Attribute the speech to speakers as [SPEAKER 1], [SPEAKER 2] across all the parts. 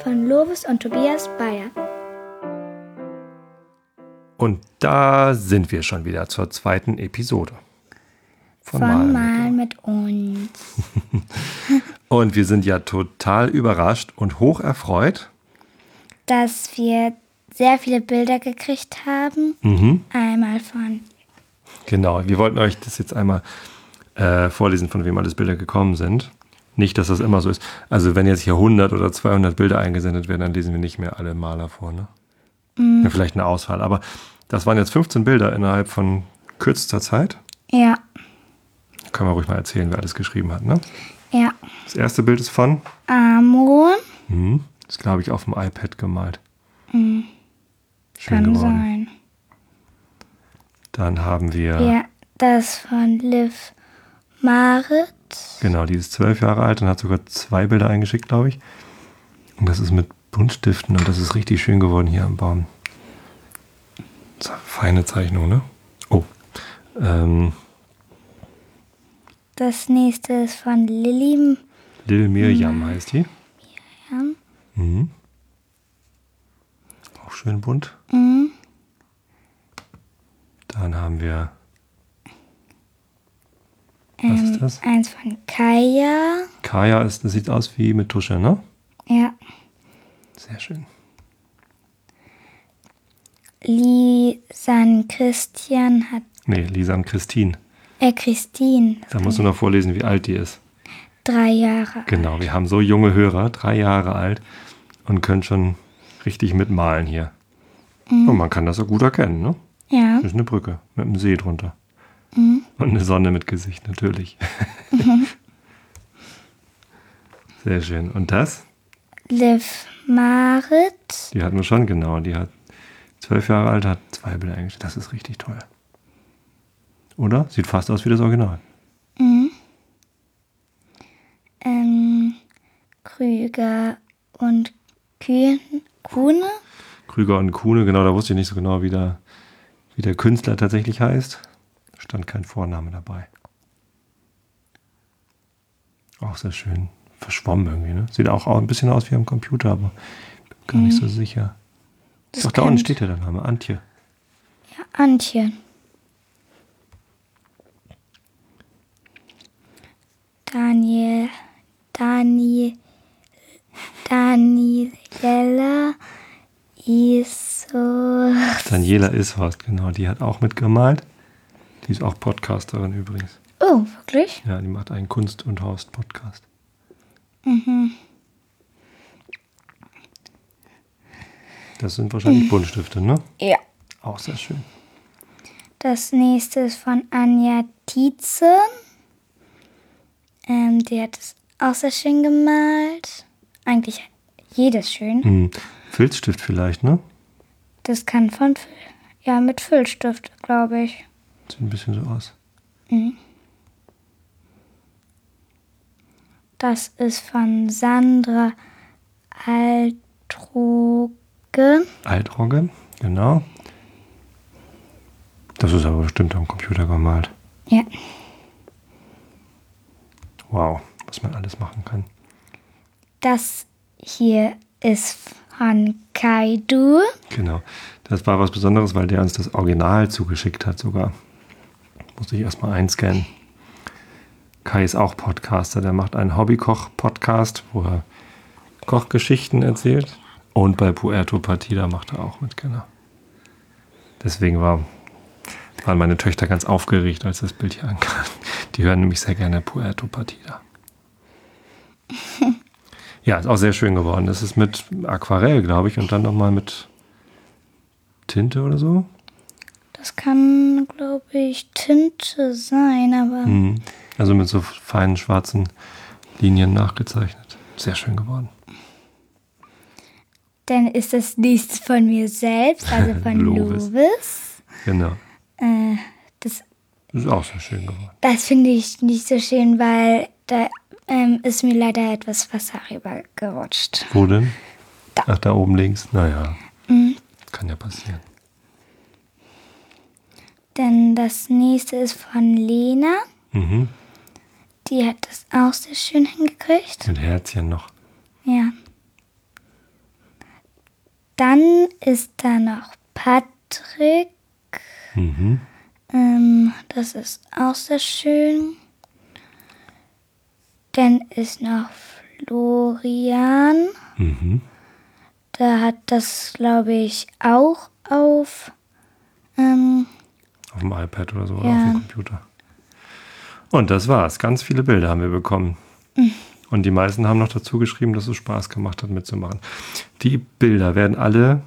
[SPEAKER 1] Servus und Tobias Bayer.
[SPEAKER 2] Und da sind wir schon wieder zur zweiten Episode.
[SPEAKER 1] Von, Von Mal mit uns.
[SPEAKER 2] Und wir sind ja total überrascht und hoch erfreut.
[SPEAKER 1] Dass wir sehr viele Bilder gekriegt haben.
[SPEAKER 2] Mhm.
[SPEAKER 1] Einmal von
[SPEAKER 2] Genau, wir wollten euch das jetzt einmal äh, vorlesen, von wem alles Bilder gekommen sind. Nicht, dass das immer so ist. Also wenn jetzt hier 100 oder 200 Bilder eingesendet werden, dann lesen wir nicht mehr alle Maler vor. Ne? Ja, vielleicht eine Auswahl. Aber das waren jetzt 15 Bilder innerhalb von kürzester Zeit.
[SPEAKER 1] Ja,
[SPEAKER 2] Können wir ruhig mal erzählen, wer alles geschrieben hat. Ne?
[SPEAKER 1] ja.
[SPEAKER 2] Das erste Bild ist von,
[SPEAKER 1] Amor
[SPEAKER 2] hm, ist glaube ich auf dem iPad gemalt. Schön
[SPEAKER 1] kann
[SPEAKER 2] geworden.
[SPEAKER 1] sein.
[SPEAKER 2] Dann haben wir,
[SPEAKER 1] Ja, das von Liv Marit.
[SPEAKER 2] genau, die ist zwölf Jahre alt und hat sogar zwei Bilder eingeschickt, glaube ich. Und das ist mit Buntstiften und das ist richtig schön geworden hier am Baum. Das ist eine Feine Zeichnung, ne? Oh. Ähm,
[SPEAKER 1] Das nächste ist von Lilly.
[SPEAKER 2] Lil Mirjam heißt die.
[SPEAKER 1] Mirjam.
[SPEAKER 2] Mhm. Auch schön bunt. Dann haben wir. Was ist das?
[SPEAKER 1] ähm, Eins von Kaya.
[SPEAKER 2] Kaya ist, das sieht aus wie mit Tusche, ne?
[SPEAKER 1] Ja.
[SPEAKER 2] Sehr schön.
[SPEAKER 1] Lisan Christian hat.
[SPEAKER 2] Nee, Lisa und Christine.
[SPEAKER 1] Äh, Christine.
[SPEAKER 2] Da musst du noch vorlesen, wie alt die ist.
[SPEAKER 1] Drei Jahre.
[SPEAKER 2] Genau, wir haben so junge Hörer, drei Jahre alt, und können schon richtig mitmalen hier. Und man kann das so gut erkennen, ne?
[SPEAKER 1] Ja.
[SPEAKER 2] Das ist eine Brücke mit einem See drunter. Und eine Sonne mit Gesicht, natürlich. Sehr schön. Und das?
[SPEAKER 1] Liv Marit.
[SPEAKER 2] Die hatten wir schon genau. Die hat zwölf Jahre alt, hat zwei Bilder eingestellt. Das ist richtig toll. Oder? Sieht fast aus wie das Original.
[SPEAKER 1] Ähm, Krüger und Kühn. Kuhne.
[SPEAKER 2] Krüger und Kuhne, genau, da wusste ich nicht so genau, wie der, wie der Künstler tatsächlich heißt. Stand kein Vorname dabei. Auch sehr schön. Verschwommen irgendwie, ne? Sieht auch, auch ein bisschen aus wie am Computer, aber bin gar nicht so sicher.
[SPEAKER 1] Mhm. Das
[SPEAKER 2] Doch, da unten
[SPEAKER 1] kennt-
[SPEAKER 2] steht ja der Name, Antje.
[SPEAKER 1] Antje. Daniel, Dani, Daniela, Iso,
[SPEAKER 2] Daniela Ishorst, genau, die hat auch mitgemalt. Die ist auch Podcasterin übrigens.
[SPEAKER 1] oh, wirklich?
[SPEAKER 2] Ja, die macht einen Kunst- und Horst-Podcast. Mhm. Das sind wahrscheinlich Buntstifte, ne?
[SPEAKER 1] Ja.
[SPEAKER 2] Auch sehr schön.
[SPEAKER 1] Das nächste ist von Anja Tietze. Ähm, die hat es auch sehr schön gemalt. Eigentlich jedes schön.
[SPEAKER 2] Hm, Filzstift vielleicht, ne?
[SPEAKER 1] Das kann von, Füll- ja, mit Füllstift, glaube ich.
[SPEAKER 2] Sieht ein bisschen so aus.
[SPEAKER 1] Das ist von Sandra Altroge.
[SPEAKER 2] Altrogge, genau. Das ist aber bestimmt am Computer gemalt.
[SPEAKER 1] Ja.
[SPEAKER 2] Wow, was man alles machen kann.
[SPEAKER 1] Das hier ist von Kaidu.
[SPEAKER 2] Genau. Das war was Besonderes, weil der uns das Original zugeschickt hat sogar. Musste ich erstmal einscannen. Kai ist auch Podcaster. Der macht einen Hobbykoch-Podcast, wo er Kochgeschichten erzählt. Und bei Puerto Partida macht er auch mit, genau. Deswegen war, waren meine Töchter ganz aufgeregt, als das Bild hier ankam. Die hören nämlich sehr gerne Puerto Partida. Ja, ist auch sehr schön geworden. Das ist mit Aquarell, glaube ich, und dann nochmal mit Tinte oder so.
[SPEAKER 1] Das kann, glaube ich, Tinte sein, aber
[SPEAKER 2] Mhm. Also mit so feinen schwarzen Linien nachgezeichnet. Sehr schön geworden.
[SPEAKER 1] dann ist das nächste von mir selbst, also von
[SPEAKER 2] Lovis.
[SPEAKER 1] Lovis.
[SPEAKER 2] Genau.
[SPEAKER 1] Das,
[SPEAKER 2] Ist auch sehr schön geworden.
[SPEAKER 1] das finde ich nicht so schön, weil da ähm, ist mir leider etwas Wasser rübergerutscht.
[SPEAKER 2] Wo denn?
[SPEAKER 1] Da.
[SPEAKER 2] Ach, da oben links. Naja. Kann ja passieren.
[SPEAKER 1] Denn das nächste ist von Lena.
[SPEAKER 2] Mhm.
[SPEAKER 1] Die hat das auch sehr schön hingekriegt.
[SPEAKER 2] Mit Herzchen noch.
[SPEAKER 1] Ja. Dann ist da noch Patrick.
[SPEAKER 2] Mhm.
[SPEAKER 1] Ähm, das ist auch sehr schön. Dann ist noch Florian.
[SPEAKER 2] Mhm.
[SPEAKER 1] Da hat das, glaube ich, auch auf. Ähm,
[SPEAKER 2] Auf dem iPad oder so oder
[SPEAKER 1] Ja.
[SPEAKER 2] auf dem Computer. Und das war's. Ganz viele Bilder haben wir bekommen. Und die meisten haben noch dazu geschrieben, dass es Spaß gemacht hat, mitzumachen. Die Bilder werden alle,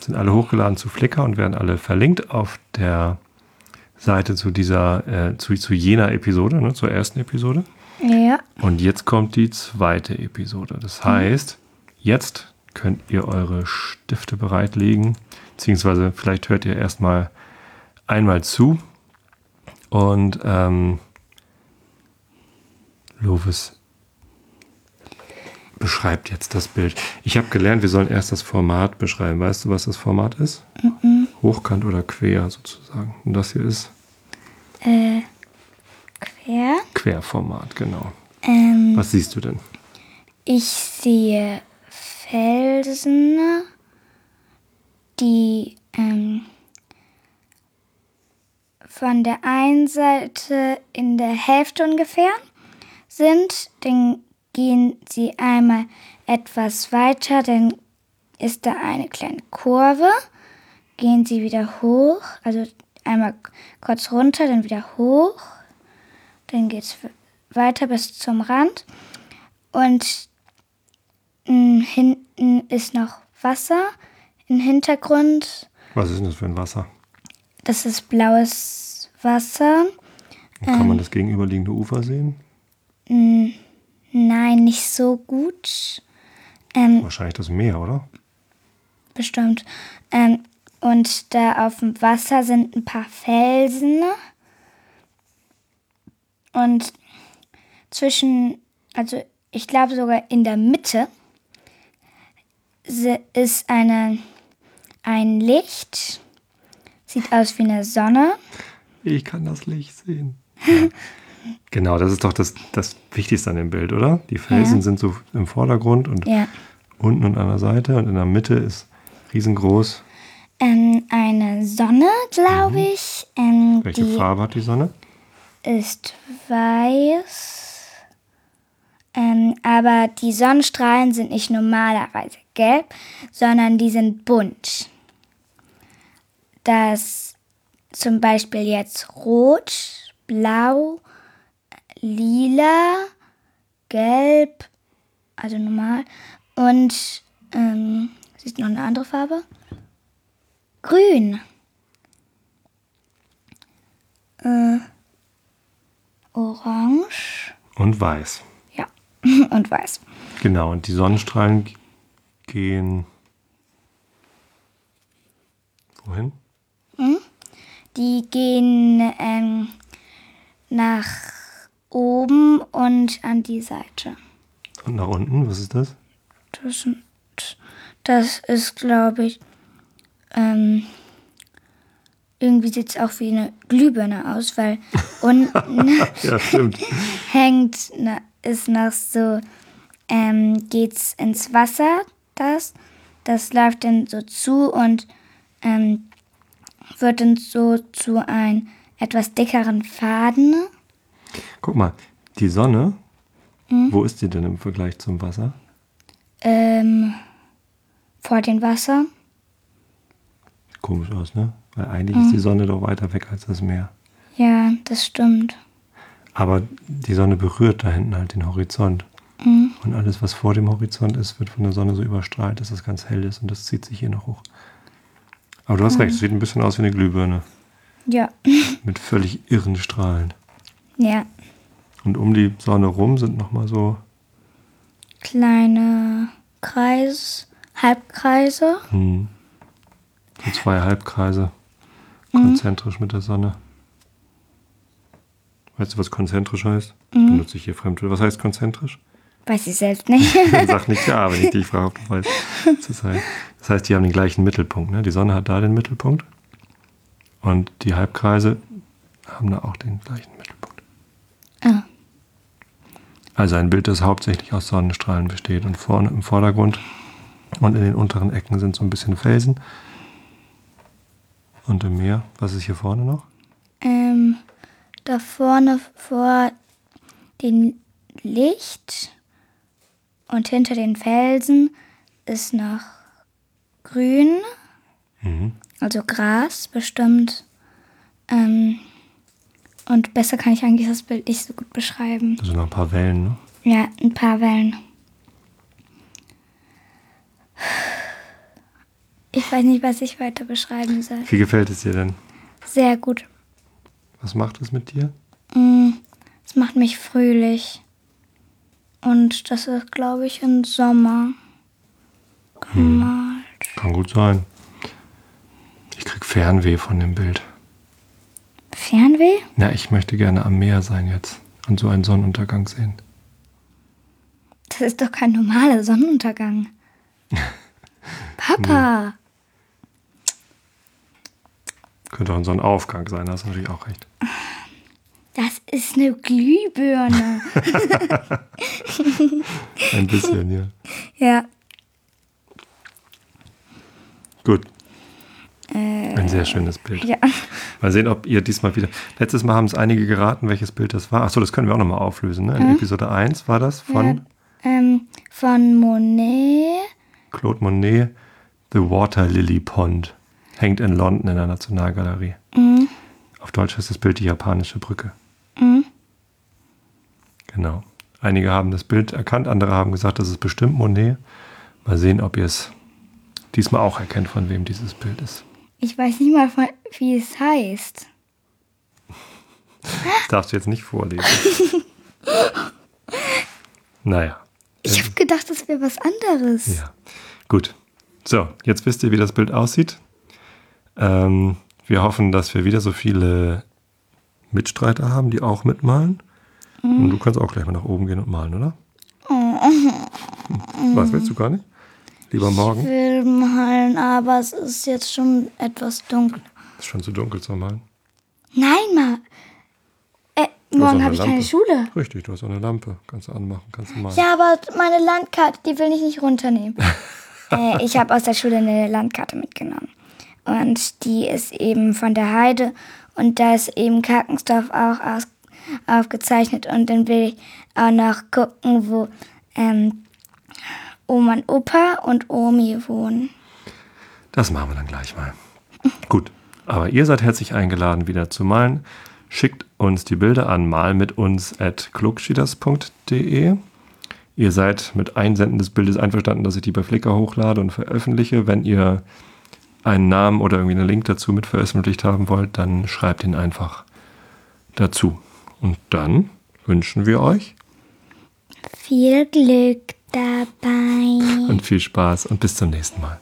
[SPEAKER 2] sind alle hochgeladen zu Flickr und werden alle verlinkt auf der Seite zu dieser, äh, zu, zu jener Episode, ne, zur ersten Episode.
[SPEAKER 1] ja.
[SPEAKER 2] Und jetzt kommt die zweite Episode. Das heißt, jetzt könnt ihr eure Stifte bereitlegen, beziehungsweise vielleicht hört ihr erstmal einmal zu und ähm, Lovis beschreibt jetzt das Bild. Ich habe gelernt, wir sollen erst das Format beschreiben. Weißt du, was das Format ist? Hochkant oder quer sozusagen. Und das hier ist
[SPEAKER 1] Quer.
[SPEAKER 2] Querformat, genau.
[SPEAKER 1] Ähm,
[SPEAKER 2] Was siehst du denn?
[SPEAKER 1] ich sehe Felsen, die ähm, von der einen Seite in der Hälfte ungefähr sind. Dann gehen sie einmal etwas weiter, dann ist da eine kleine Kurve. Gehen sie wieder hoch, also einmal kurz runter, dann wieder hoch. Dann geht es weiter bis zum Rand. Und mh, Hm, hinten ist noch Wasser im Hintergrund.
[SPEAKER 2] Was ist denn das für ein Wasser?
[SPEAKER 1] Das ist blaues Wasser.
[SPEAKER 2] Kann
[SPEAKER 1] Äh.
[SPEAKER 2] man das gegenüberliegende Ufer sehen?
[SPEAKER 1] Nein, nicht so gut. Ähm,
[SPEAKER 2] Wahrscheinlich das Meer, oder?
[SPEAKER 1] bestimmt. Ähm, und da auf dem Wasser sind ein paar Felsen. Und zwischen, also ich glaube sogar in der Mitte se- ist eine, ein Licht. Sieht aus wie eine Sonne.
[SPEAKER 2] Ich kann das Licht sehen. Ja. genau, das ist doch das, das Wichtigste an dem Bild, oder? Die Felsen
[SPEAKER 1] Ja.
[SPEAKER 2] sind so im Vordergrund und
[SPEAKER 1] Ja.
[SPEAKER 2] unten und an der Seite und in der Mitte ist riesengroß.
[SPEAKER 1] Ähm, eine Sonne, glaube ich. Ähm,
[SPEAKER 2] Mhm. Welche
[SPEAKER 1] die
[SPEAKER 2] Farbe hat die Sonne?
[SPEAKER 1] ist weiß. Ähm, aber die Sonnenstrahlen sind nicht normalerweise gelb, sondern die sind bunt. Das zum Beispiel jetzt rot, blau, lila, gelb, also normal. Und ähm, sieht noch eine andere Farbe. Grün. Orange.
[SPEAKER 2] Und weiß.
[SPEAKER 1] Ja. Und weiß.
[SPEAKER 2] Genau, und die Sonnenstrahlen g- gehen. Wohin?
[SPEAKER 1] Die gehen ähm, nach oben und an die Seite.
[SPEAKER 2] Und nach unten, was ist das?
[SPEAKER 1] Das, sind, das ist, glaube ich, ähm, irgendwie sieht es auch wie eine Glühbirne aus, weil unten
[SPEAKER 2] Ja, stimmt.
[SPEAKER 1] hängt, na, ist noch so, ähm, geht's ins Wasser, das, das läuft dann so zu und ähm, wird dann so zu einem etwas dickeren Faden.
[SPEAKER 2] Guck mal, die Sonne,
[SPEAKER 1] Hm?
[SPEAKER 2] wo ist die denn im Vergleich zum Wasser?
[SPEAKER 1] Ähm, vor dem Wasser.
[SPEAKER 2] Komisch aus, ne? Weil eigentlich ist die Sonne doch weiter weg als das Meer.
[SPEAKER 1] Ja, das stimmt.
[SPEAKER 2] Aber die Sonne berührt da hinten halt den Horizont. Und alles, was vor dem Horizont ist, wird von der Sonne so überstrahlt, dass das ganz hell ist und das zieht sich hier noch hoch. Aber du hast recht, es sieht ein bisschen aus wie eine Glühbirne.
[SPEAKER 1] Ja.
[SPEAKER 2] Mit völlig irren Strahlen.
[SPEAKER 1] ja.
[SPEAKER 2] Und um die Sonne rum sind nochmal so,
[SPEAKER 1] Kleine Kreis, Halbkreise.
[SPEAKER 2] hm, so zwei Halbkreise. Konzentrisch mit der Sonne. Weißt du, was konzentrisch heißt? Benutze ich hier Fremdwörter. Was heißt konzentrisch?
[SPEAKER 1] Weiß ich selbst nicht.
[SPEAKER 2] Dann sag nicht ja, wenn ich dich frage, um ob du weißt. Das heißt, das heißt, die haben den gleichen Mittelpunkt. Ne? Die Sonne hat da den Mittelpunkt und die Halbkreise haben da auch den gleichen Mittelpunkt.
[SPEAKER 1] Ah.
[SPEAKER 2] Also ein Bild, das hauptsächlich aus Sonnenstrahlen besteht und vorne im Vordergrund Und in den unteren Ecken sind so ein bisschen Felsen. Und im Meer, was ist hier vorne noch?
[SPEAKER 1] Ähm, da vorne vor dem Licht und hinter den Felsen ist noch grün, also Gras bestimmt. Ähm, und besser kann ich eigentlich das Bild nicht so gut beschreiben.
[SPEAKER 2] Da sind noch ein paar Wellen, ne?
[SPEAKER 1] Ja, ein paar Wellen. Ich weiß nicht, was ich weiter beschreiben soll.
[SPEAKER 2] Wie gefällt es dir denn?
[SPEAKER 1] Sehr gut.
[SPEAKER 2] Was macht es mit dir?
[SPEAKER 1] Mm, Es macht mich fröhlich. Und das ist, glaube ich, im Sommer gemalt.
[SPEAKER 2] Kann gut sein. Ich krieg Fernweh von dem Bild.
[SPEAKER 1] Fernweh?
[SPEAKER 2] Na, ich möchte gerne am Meer sein jetzt und so einen Sonnenuntergang sehen.
[SPEAKER 1] Das ist doch kein normaler Sonnenuntergang. Papa,
[SPEAKER 2] Könnte auch ein Sonnenaufgang sein, da hast du natürlich auch recht.
[SPEAKER 1] das ist eine Glühbirne.
[SPEAKER 2] Ein bisschen, ja.
[SPEAKER 1] ja.
[SPEAKER 2] Gut. Ein sehr schönes Bild.
[SPEAKER 1] Ja.
[SPEAKER 2] Mal sehen, ob ihr diesmal wieder. Letztes Mal haben es einige geraten, welches Bild das war. Achso, das können wir auch nochmal auflösen. Ne? In Episode 1 war das von
[SPEAKER 1] Ähm, von Monet.
[SPEAKER 2] Claude Monet, The Water Lily Pond. Hängt in London in der Nationalgalerie. Auf Deutsch heißt das Bild die japanische Brücke. Genau. Einige haben das Bild erkannt, andere haben gesagt, das ist bestimmt Monet. Mal sehen, ob ihr es diesmal auch erkennt, von wem dieses Bild ist.
[SPEAKER 1] Ich weiß nicht mal, von- wie es heißt.
[SPEAKER 2] Das darfst du jetzt nicht vorlesen. naja.
[SPEAKER 1] Ich habe gedacht, das wäre was anderes.
[SPEAKER 2] Ja, gut. So, jetzt wisst ihr, wie das Bild aussieht. Ähm, wir hoffen, dass wir wieder so viele Mitstreiter haben, die auch mitmalen. Und du kannst auch gleich mal nach oben gehen und malen, oder? Was willst du gar nicht? Lieber
[SPEAKER 1] Ich
[SPEAKER 2] morgen.
[SPEAKER 1] will malen, aber es ist jetzt schon etwas dunkel.
[SPEAKER 2] Ist schon zu dunkel zum Malen.
[SPEAKER 1] Nein, Ma. Äh,
[SPEAKER 2] hast
[SPEAKER 1] morgen
[SPEAKER 2] auch
[SPEAKER 1] habe ich
[SPEAKER 2] eine
[SPEAKER 1] keine
[SPEAKER 2] Lampe.
[SPEAKER 1] Schule.
[SPEAKER 2] Richtig, du hast auch eine Lampe. Kannst du anmachen, kannst du malen.
[SPEAKER 1] Ja, aber meine Landkarte, die will ich nicht runternehmen. äh, ich habe aus der Schule eine Landkarte mitgenommen. Und die ist eben von der Heide. Und da ist eben Karkensdorf auch aus, aufgezeichnet. Und dann will ich auch noch gucken, wo ähm, Oma und Opa und Omi wohnen.
[SPEAKER 2] Das machen wir dann gleich mal. Gut, aber ihr seid herzlich eingeladen, wieder zu malen. Schickt uns die Bilder an malmituns.klugschieders.de. Ihr seid mit Einsenden des Bildes einverstanden, dass ich die bei Flickr hochlade und veröffentliche. Wenn ihr einen Namen oder irgendwie einen Link dazu mit veröffentlicht haben wollt, dann schreibt ihn einfach dazu. Und dann wünschen wir euch
[SPEAKER 1] Viel Glück dabei.
[SPEAKER 2] und viel Spaß und bis zum nächsten Mal.